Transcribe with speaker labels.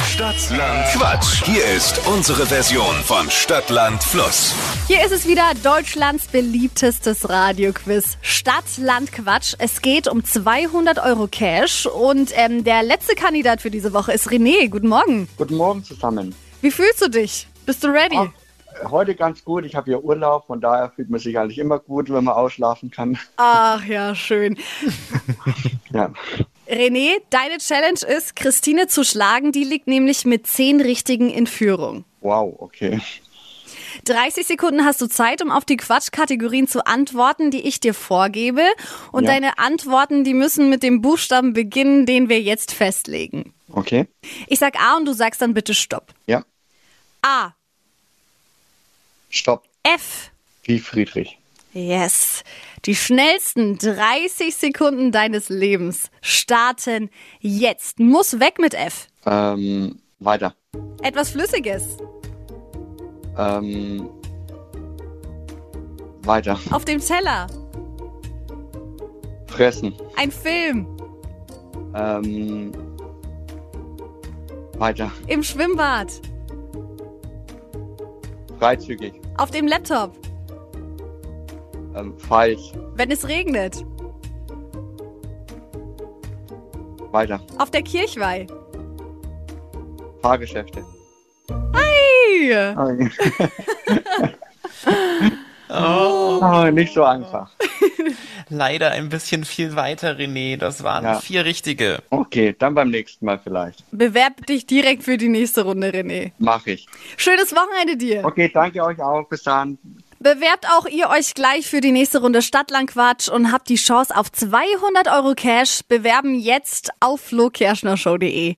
Speaker 1: Stadtland Quatsch. Hier ist unsere Version von Stadtland Fluss.
Speaker 2: Hier ist es wieder Deutschlands beliebtestes Radioquiz. Stadt, Land, Quatsch. Es geht um 200 Euro Cash. Und ähm, der letzte Kandidat für diese Woche ist René. Guten Morgen.
Speaker 3: Guten Morgen zusammen.
Speaker 2: Wie fühlst du dich? Bist du ready?
Speaker 3: Ach, heute ganz gut. Ich habe ja Urlaub, von daher fühlt man sich eigentlich immer gut, wenn man ausschlafen kann.
Speaker 2: Ach ja, schön.
Speaker 3: Ja.
Speaker 2: René, deine Challenge ist, Christine zu schlagen. Die liegt nämlich mit 10 Richtigen in Führung.
Speaker 3: Wow, okay.
Speaker 2: 30 Sekunden hast du Zeit, um auf die Quatschkategorien zu antworten, die ich dir vorgebe. Und
Speaker 3: Ja.
Speaker 2: deine Antworten, die müssen mit dem Buchstaben beginnen, den wir jetzt festlegen.
Speaker 3: Okay.
Speaker 2: Ich sag A und du sagst dann bitte Stopp.
Speaker 3: Ja.
Speaker 2: A,
Speaker 3: Stopp.
Speaker 2: F.
Speaker 3: Wie Friedrich.
Speaker 2: Yes. Die schnellsten 30 Sekunden deines Lebens starten jetzt. Muss weg mit F.
Speaker 3: Ähm, weiter.
Speaker 2: Etwas Flüssiges.
Speaker 3: Ähm, weiter.
Speaker 2: Auf dem Teller.
Speaker 3: Fressen.
Speaker 2: Ein Film.
Speaker 3: Ähm, weiter.
Speaker 2: Im Schwimmbad.
Speaker 3: Freizügig.
Speaker 2: Auf dem Laptop.
Speaker 3: Ähm, falsch.
Speaker 2: Wenn es regnet.
Speaker 3: Weiter.
Speaker 2: Auf der Kirchweih.
Speaker 3: Fahrgeschäfte.
Speaker 2: Hey.
Speaker 3: oh, nicht so einfach.
Speaker 4: Leider ein bisschen viel weiter, René. Das waren
Speaker 3: Ja.
Speaker 4: vier richtige.
Speaker 3: Okay, dann beim nächsten Mal vielleicht.
Speaker 2: Bewerb dich direkt für die nächste Runde, René.
Speaker 3: Mach ich.
Speaker 2: Schönes Wochenende dir.
Speaker 3: Okay, danke euch auch. Bis dann.
Speaker 2: Bewerbt auch ihr euch gleich für die nächste Runde Stadtlandquatsch und habt die Chance auf 200 Euro Cash. Bewerben jetzt auf flokerschnershow.de.